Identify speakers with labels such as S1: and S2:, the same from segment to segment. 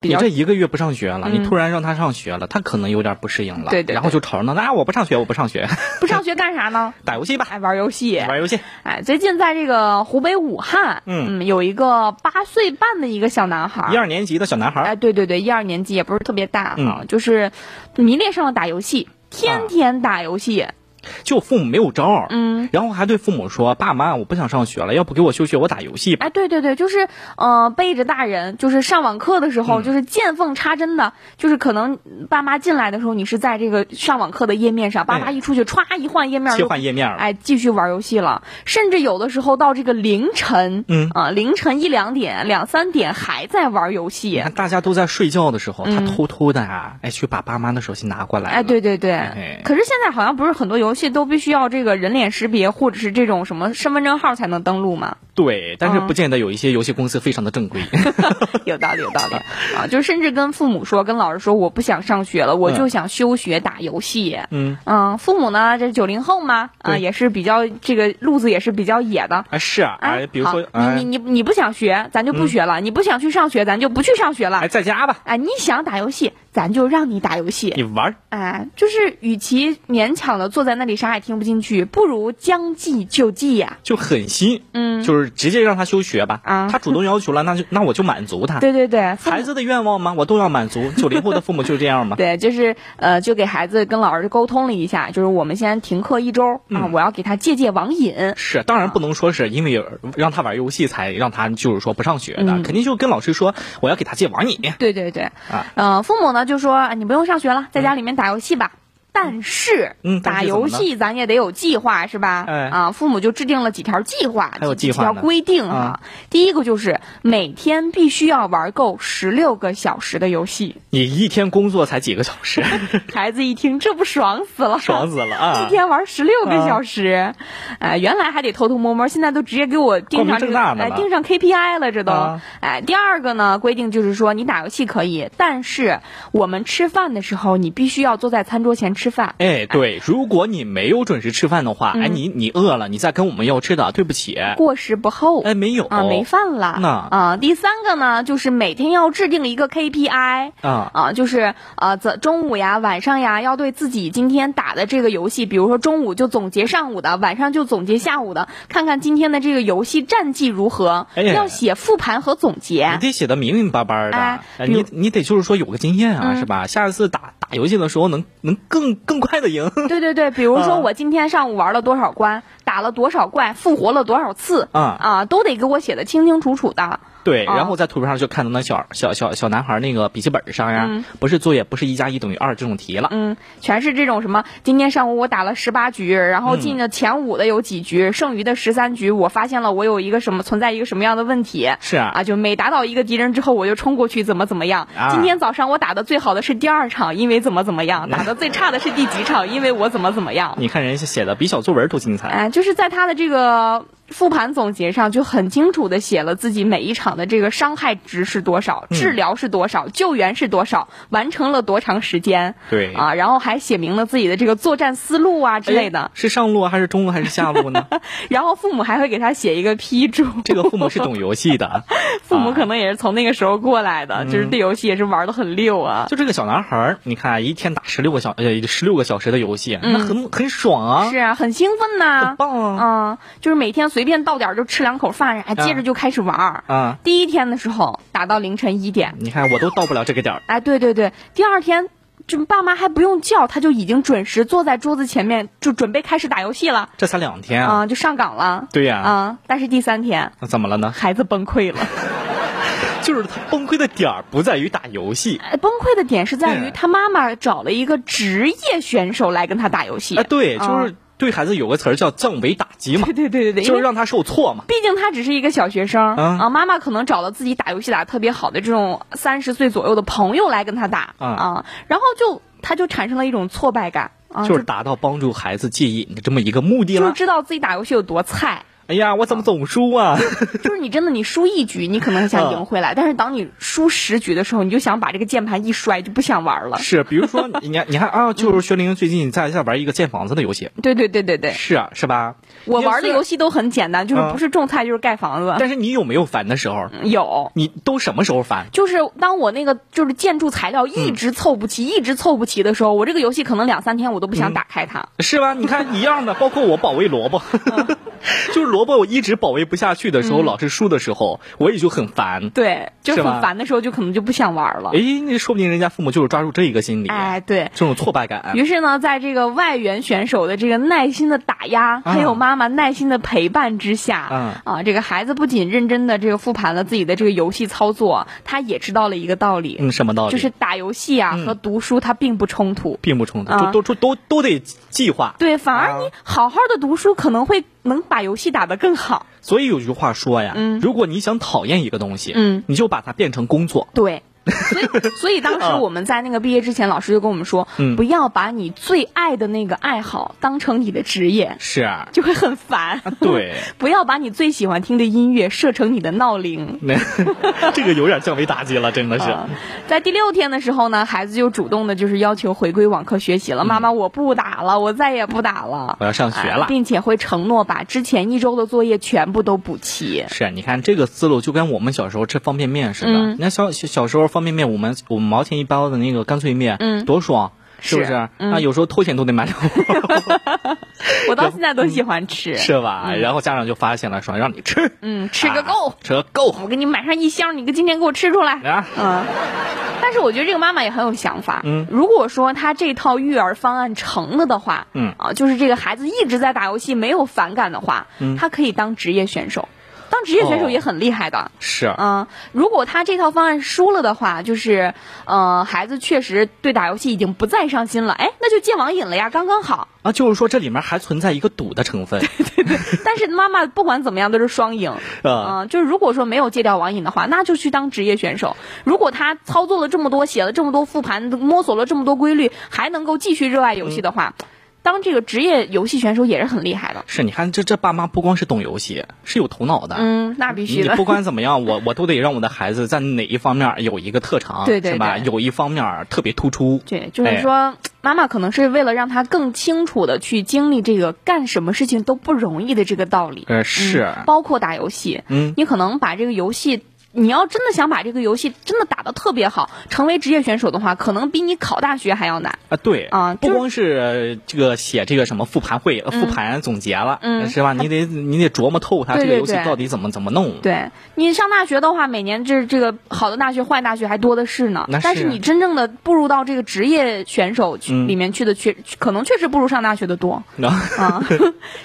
S1: 比
S2: 你
S1: 较
S2: 这一个月不上学了，
S1: 嗯
S2: 你突然让他上学了，他可能有点不适应了，
S1: 对对对
S2: 然后就吵着闹，那我不上学，我不上学，
S1: 不上学干 啥呢？
S2: 打游戏吧，
S1: 爱玩游戏，
S2: 玩游戏，
S1: 哎，最近在这个湖北武汉，
S2: 嗯
S1: 有一个八岁半的一个小男孩儿，
S2: 一二年级的小男孩儿，
S1: 啊哎，对对对，一二年级也不是特别大哈、
S2: 嗯
S1: 就是迷恋上了打游戏，
S2: 啊
S1: 天天打游戏，
S2: 就父母没有招儿，
S1: 嗯。
S2: 然后还对父母说：“爸妈，我不想上学了，要不给我休学，我打游戏吧。
S1: 哎，对对对，就是，呃，背着大人，就是上网课的时
S2: 嗯
S1: 候，就是见缝插针的，就是可能爸妈进来的时候，你是在这个上网课的页面上，爸妈
S2: 哎
S1: 一出去，歘一换页面，
S2: 切
S1: 就
S2: 换页面了。
S1: 哎，继续玩游戏了，甚至有的时候到这个凌晨，
S2: 嗯
S1: 啊、凌晨一两点、两三点还在玩游
S2: 你
S1: 戏，
S2: 看，大家都在睡觉的时候，他偷偷的啊，哎，去把爸妈的手机拿过来。
S1: 嗯哎，，对对对，
S2: 哎
S1: 可是现在好像不是很多游戏都必须要这个人脸识别或者是这种什么身份证号才能登录吗？
S2: 对，但是
S1: 嗯
S2: 不见得有一些游戏公司非常的 正规。
S1: 有道理，有道理啊！就是甚至跟父母说，跟老师说，我不想上学了，我就想休学打游戏。
S2: 嗯，
S1: 嗯，父母呢，这九零后嘛，啊，
S2: 对
S1: 也是比较这个路子也是比较野的。
S2: 啊是啊，哎，比如说，
S1: 好你
S2: 哎，嗯
S1: 你你你不想学，咱就不学了；你不想去上学，咱就不去上学了
S2: 哎，。在家吧，
S1: 哎，你想打游戏，咱就让你打游戏。
S2: 你玩儿。
S1: 哎，就是与其勉强的坐在那里啥也听不进去，不如将计就计呀、
S2: 就狠心，
S1: 嗯，
S2: 就是直接让他休学吧。
S1: 啊
S2: 他主动要求了，那就那我就满足他。
S1: 对对对，父母
S2: 啊孩子的愿望吗？我都要满 足。九零后的父母就是这样吗？
S1: 对，就是呃，就给孩子跟老师沟通了一下，就是我们先停课一周、
S2: 嗯
S1: 啊，我要给他戒戒网瘾。
S2: 是，当然不能说是因为有让他玩游戏才让他就是说不上学的，
S1: 嗯
S2: 肯定就跟老师说我要给他戒网瘾。
S1: 对对对，
S2: 啊
S1: 呃，父母呢就说啊你不用上学了，在家里面打游戏吧。但是，
S2: 嗯但是
S1: 打
S2: 怎
S1: 游
S2: 么呢
S1: 戏咱也得有计划，是吧？
S2: 哎
S1: 啊，父母就制定了几条计划，
S2: 还有
S1: 几
S2: 计划
S1: 几条
S2: 呢
S1: 规定哈、
S2: 啊
S1: 第一个就是每天必须要玩够十六个小时的游戏。
S2: 你一天工作才几个小 时，
S1: 孩子一听，这不爽死了，
S2: 爽死了
S1: 一
S2: 啊！
S1: 天玩十六个小时，哎、原来还得偷偷摸摸，现在都直接给我定上
S2: 光明正
S1: 这个，
S2: 大的
S1: 哎、
S2: 了
S1: 定上 KPI 了，这都。哎、
S2: 啊
S1: 第二个呢，规定就是说，你打游戏可以，但是我们吃饭的时候，你必须要坐在餐桌前吃饭。
S2: 哎，对，如果你没有准时吃饭的话，哎，
S1: 嗯
S2: 你你饿了，你再跟我们要吃的，对不起，
S1: 过时不候。
S2: 哎，没有
S1: 啊，没饭了。
S2: 那
S1: 啊，第三个呢，就是每天要制定一个 KPI，
S2: 啊，
S1: 啊，就是呃，早中午呀、晚上呀，要对自己今天打的这个游戏，比如说中午就总结上午的，晚上就总结下午的，看看今天的这个游戏战绩如何，
S2: 哎呀哎
S1: 要写复盘和总
S2: 你
S1: 结。
S2: 得写的明明白白的，
S1: 哎
S2: 哎
S1: 比如
S2: 你你得就是说有个经验啊，
S1: 嗯
S2: 是吧？下一次打打游戏的时候能能更更快的赢
S1: 对对对，比如说
S2: 啊
S1: 我今天上午玩了多少关，打了多少怪，复活了多少次，
S2: 啊。
S1: 啊，都得给我写的清清楚楚的。
S2: 对，
S1: 啊
S2: 然后在图片上就看到那小小小小男孩那个笔记本上呀，不是作业，不是一加一等于二这种题了。
S1: 嗯，全是这种什么，今天上午我打了十八局，
S2: 嗯
S1: 然后进了前五的有几局，剩余的十三局，我发现了我有一个什么存在一个什么样的问题，
S2: 是啊，
S1: 啊，就每打倒一个敌人之后，我就冲过去怎么怎么样。
S2: 啊
S1: 今天早上我打的最好的是第二场，因为怎么怎么 样；打的最差的是第几场，因为我怎么怎么样。
S2: 你看人家写的比小作文都精彩。
S1: 哎，就是在他的这个复盘总结上，就很清楚的写了自己每一场的这个伤害值是多少，
S2: 嗯
S1: 治疗是多少，救援是多少，完成了多长时间
S2: 对，
S1: 啊，然后还写明了自己的这个作战思路啊之类的
S2: 哎。是上路还是中路还是下路呢？
S1: 然后父母还会给他写一个批注，
S2: 哎这啊个父母是懂游戏 的。
S1: 父母可能也是从那个时候过来
S2: 嗯
S1: 的，就是对游戏也是玩的很溜啊。
S2: 就这个小男孩儿，你看啊一天打十六个小呃十六个小时的游戏，啊那很很爽啊，
S1: 嗯是啊，很兴奋
S2: 很
S1: 呐、
S2: 棒啊
S1: 嗯，就是每天随便到点儿就吃两口饭，哎，接着就开始玩儿。
S2: 啊！
S1: 第一天的时候打到凌晨一点，
S2: 你看我都到不了这个点儿，
S1: 哎，对对对，第二天就爸妈还不用叫，他就已经准时坐在桌子前面，就准备开始打游戏了，
S2: 这才两天
S1: 啊、
S2: 啊。
S1: 就上岗了。
S2: 对呀
S1: 啊、但是第三天
S2: 那怎么了呢？
S1: 孩子崩溃了，
S2: 就是他崩溃的点儿不在于打游戏，
S1: 哎 崩溃的点是在于
S2: 嗯
S1: 他妈妈找了一个职业选手来跟他打游戏。
S2: 哎，对，就
S1: 嗯
S2: 是对孩子有个词儿叫降维打击嘛
S1: 对，对对对对，因
S2: 就
S1: 为
S2: 是让他受挫嘛。
S1: 毕竟他只是一个小学生
S2: 嗯
S1: 啊，妈妈可能找了自己打游戏打得特别好的这种三十岁左右的朋友来跟他打
S2: 嗯
S1: 啊，然后就他就产生了一种挫败感啊，
S2: 就是达到帮助孩子戒瘾的这么一个目的
S1: 就是
S2: 了
S1: 知道自己打游戏有多菜
S2: 哎呀，我怎么总输 啊？
S1: 就是你真的你输一局，你可能想赢回 来，但是当你输十局的时候，你就想把这个键盘一摔，就不想玩了。
S2: 是，比如说你你你看啊，
S1: 嗯
S2: 就是薛凌最近在在玩一个建房子的游戏，
S1: 对对对对对，
S2: 是啊，是吧？
S1: 嗯我
S2: 你要
S1: 玩的
S2: 是
S1: 游戏啊都很简单，就是
S2: 嗯
S1: 不是种菜就是盖房子。
S2: 但是你有没有烦的时候？
S1: 嗯有，
S2: 你都什么时候烦？
S1: 就是当我那个就是建筑材料一直凑不
S2: 嗯
S1: 齐，一直凑不齐的时候，我这个游戏可能两三天我都不想打开它。
S2: 是 吧？你看一样的，包括我保卫萝卜，
S1: 嗯
S2: 就是萝卜我一直保卫不下去的时候，老是输的时候，我也就很烦。
S1: 对，就是很
S2: 吧
S1: 烦的时候，就可能就不想玩了
S2: 哎。，那说不定人家父母就是抓住这一个心理，
S1: 哎，对。
S2: 这种挫败感。
S1: 于是呢，在这个外援选手的这个耐心的打压，
S2: 啊
S1: 还有妈妈耐心的陪伴之下，
S2: 嗯
S1: 啊，这个孩子不仅认真的这个复盘了自己的这个游戏操作，他也知道了一个道理，
S2: 嗯，什么道理？嗯
S1: 就是打游戏啊、和读书它并不冲突。
S2: 并不冲突，
S1: 啊
S2: 都都都都得计划。
S1: 对，反而
S2: 啊
S1: 你好好的读书，可能会能把游戏打得更好。
S2: 所以有句话说呀，
S1: 嗯
S2: 如果你想讨厌一个东西，
S1: 嗯
S2: 你就把它变成工作。
S1: 对，所以所以 当时我们在那个毕业之前，老师就跟我们说，
S2: 啊嗯
S1: 不要把你最爱的那个爱好当成你的职业，
S2: 是 啊，
S1: 就会很烦。
S2: 对，
S1: 不要把你最喜欢听的音乐设成你的闹铃。
S2: 那 这个有点降维打击了，真的是。
S1: 啊，在第六天的时候呢，孩子就主动的就是要求回归网课学习了。妈妈，我不打了，我再也不打了，
S2: 嗯我要上学了
S1: 哎并且会承诺把之前一周的作业全部都补齐。
S2: 是啊，你看这个思路就跟我们小时候吃方便面似的。
S1: 嗯
S2: 你看小小小时候方便面，我们五毛钱一包的那个干脆面，
S1: 嗯
S2: 多爽，是不是？
S1: 是嗯
S2: 啊，有时候偷钱都得买两 包，
S1: 我到现在都喜欢吃，
S2: 嗯是吧？然后家长就发现了，说让你吃，
S1: 嗯，吃个
S2: 啊
S1: 够，
S2: 吃个够
S1: 我给你买上一箱，你今天给我吃出 来。
S2: 啊！
S1: 嗯，但是我觉得这个妈妈也很有想法。
S2: 嗯
S1: 如果说她这套育儿方案成了的话，
S2: 嗯
S1: 啊，就是这个孩子一直在打游戏没有反感的话，
S2: 嗯
S1: 他可以当职业选手，当职业选手
S2: 哦
S1: 也很厉害的。
S2: 是，啊
S1: 嗯，如果他这套方案输了的话，就是，呃，孩子确实对打游戏已经不再上心了，哎，那就戒网瘾了呀，刚刚好。
S2: 啊，就是说这里面还存在一个赌的成分，
S1: 但是妈妈不管怎么样都是双赢，
S2: 啊
S1: 嗯、就是如果说没有戒掉网瘾的话，那就去当职业选手。如果他操作了这么多，写了这么多复盘，摸索了这么多规律，还能够继续热爱游戏的话，
S2: 嗯
S1: 当这个职业游戏选手也是很厉害的。
S2: 是，你看这这爸妈不光是懂游戏，是有头脑的。
S1: 嗯，那必须
S2: 你
S1: 的
S2: 不。管怎么样，我我都得让我的孩子在哪一方面有一个特长，
S1: 对对
S2: 是吧？
S1: 对
S2: 有一方面特别突出，
S1: 对，就是说，
S2: 哎
S1: 妈妈可能是为了让他更清楚的去经历这个干什么事情都不容易的这个道理，嗯
S2: 呃，是，
S1: 包括打游戏。
S2: 嗯，
S1: 你可能把这个游戏，你要真的想把这个游戏真的打得特别好，成为职业选手的话，可能比你考大学还要难。
S2: 啊，对
S1: 啊
S2: 不
S1: 就是
S2: 光是这个写这个什么复盘会、呃复盘总结了，呃
S1: 嗯
S2: 是吧？你得你得琢磨透它
S1: 对
S2: 这个
S1: 对
S2: 游戏
S1: 对
S2: 到底怎么怎么弄。
S1: 对你上大学的话，每年这这个好的大学、坏大学还多的是呢。
S2: 那是啊
S1: 但是你真正的步入到这个职业选手去、
S2: 嗯
S1: 里面去的确，可能确实不如上大学的多
S2: 然后
S1: 啊。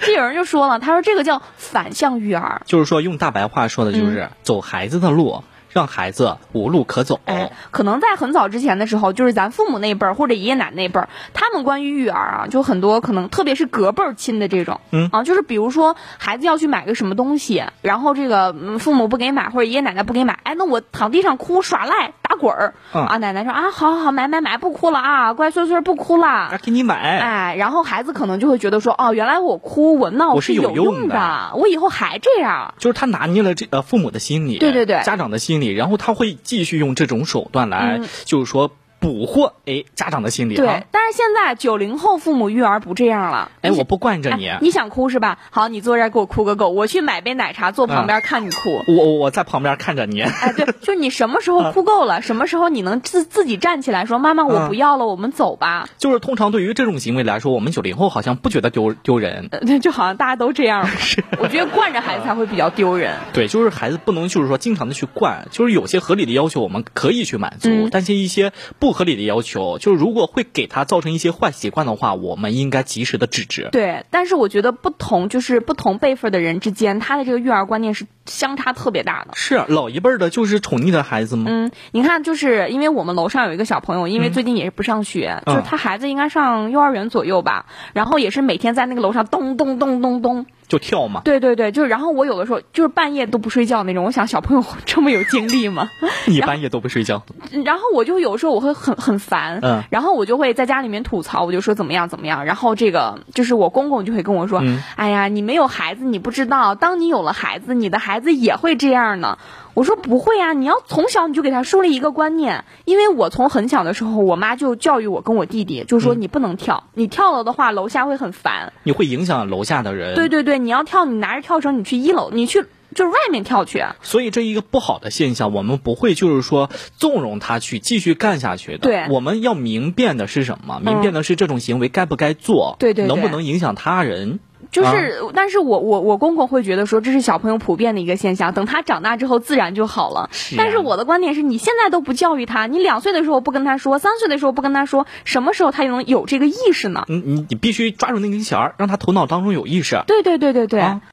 S1: 这有人就说了，他说这个叫反向育儿。
S2: 就是说，用大白话说的就是、
S1: 嗯
S2: 走孩子的路，让孩子无路可走。
S1: 哎，可能在很早之前的时候，就是咱父母那辈儿或者爷爷奶奶那辈儿，他们关于育儿啊，就很多可能，特别是隔辈儿亲的这种，
S2: 嗯
S1: 啊，就是比如说孩子要去买个什么东西，然后这个嗯父母不给买或者爷爷奶奶不给买，哎，那我躺地上哭耍赖打滚儿、
S2: 嗯
S1: 啊，奶奶说啊，好好好，买买买，不哭了啊，乖孙孙不哭
S2: 啊，
S1: 啦。
S2: 给你买，
S1: 哎，然后孩子可能就会觉得说，哦，原来我哭我闹
S2: 我是有
S1: 有
S2: 用
S1: 用
S2: 的
S1: 我以后还这样。
S2: 就是他拿捏了这呃父母的心理，
S1: 对对对
S2: 家长的心理，然后他会继续用这种手段来，就是说捕获哎家长的心理。啊
S1: 嗯对，但是现在九零后父母育儿不这样了。
S2: 哎，我不惯着你，
S1: 哎你想哭是吧？好，你坐这儿给我哭个够，我去买杯奶茶，坐旁边看你哭。
S2: 我我我在旁边看着你。
S1: 哎，对，就是你什么时候哭够了，什么时候你能自自己站起来说：“妈妈，我不要了，我们走吧。
S2: 就是通常对于这种行为来说，我们九零后好像不觉得丢丢人。
S1: 呃”对，就好像大家都这样嘛。我觉得惯着孩子才会比较丢人。
S2: 对，就是孩子不能就是说经常的去惯，就是有些合理的要求我们可以去满足，
S1: 嗯
S2: 但是一些不合理的要求，就是如果会给他造成一些坏习惯的话，我们应该及时的制止。
S1: 对，但是我觉得不同就是不同辈分的人之间，他的这个育儿观念是相差特别大的。
S2: 是啊老一辈儿的就是宠溺的孩子吗？
S1: 嗯，你看，就是因为我们楼上有一个小朋友，因为最近也是不上学，就是他孩子应该上幼儿园左右吧，然后也是每天在那个楼上咚咚咚咚咚
S2: 就跳嘛。
S1: 对对对，就是然后我有的时候就是半夜都不睡觉那种，我想小朋友 这么有精力吗？ 嗯
S2: 你半夜都不睡觉，
S1: 然后我就有时候我会很很烦，
S2: 嗯
S1: 然后我就会在家里面吐槽，我就说怎么样怎么样，然后这个就是我公公就会跟我说，
S2: 嗯
S1: 哎呀，你没有孩子你不知道，当你有了孩子，你的孩子也会这样呢。我说不会啊，你要从小你就给他树立一个观念，因为我从很小的时候，我妈就教育我跟我弟弟，就
S2: 嗯
S1: 说你不能跳，你跳了的话楼下会很烦。
S2: 你会影响楼下的人。
S1: 对，对对，你要跳，你拿着跳绳，你去一楼，你去就是外面跳去。啊
S2: 所以这一个不好的现象，我们不会就是说纵容他去继续干下去的。
S1: 对嗯
S2: 我们要明辨的是什么？明辨的是这种行为该不该做，
S1: 对对对
S2: 能不能影响他人？
S1: 就是，
S2: 啊
S1: 但是我我我公公会觉得说这是小朋友普遍的一个现象，等他长大之后自然就好了。
S2: 是啊
S1: 但是我的观点是你现在都不教育他，你两岁的时候不跟他说，三岁的时候不跟他说，什么时候他能有这个意识呢？
S2: 嗯你你你必须抓住那根弦儿，让他头脑当中有意识。
S1: 对对对对对。
S2: 啊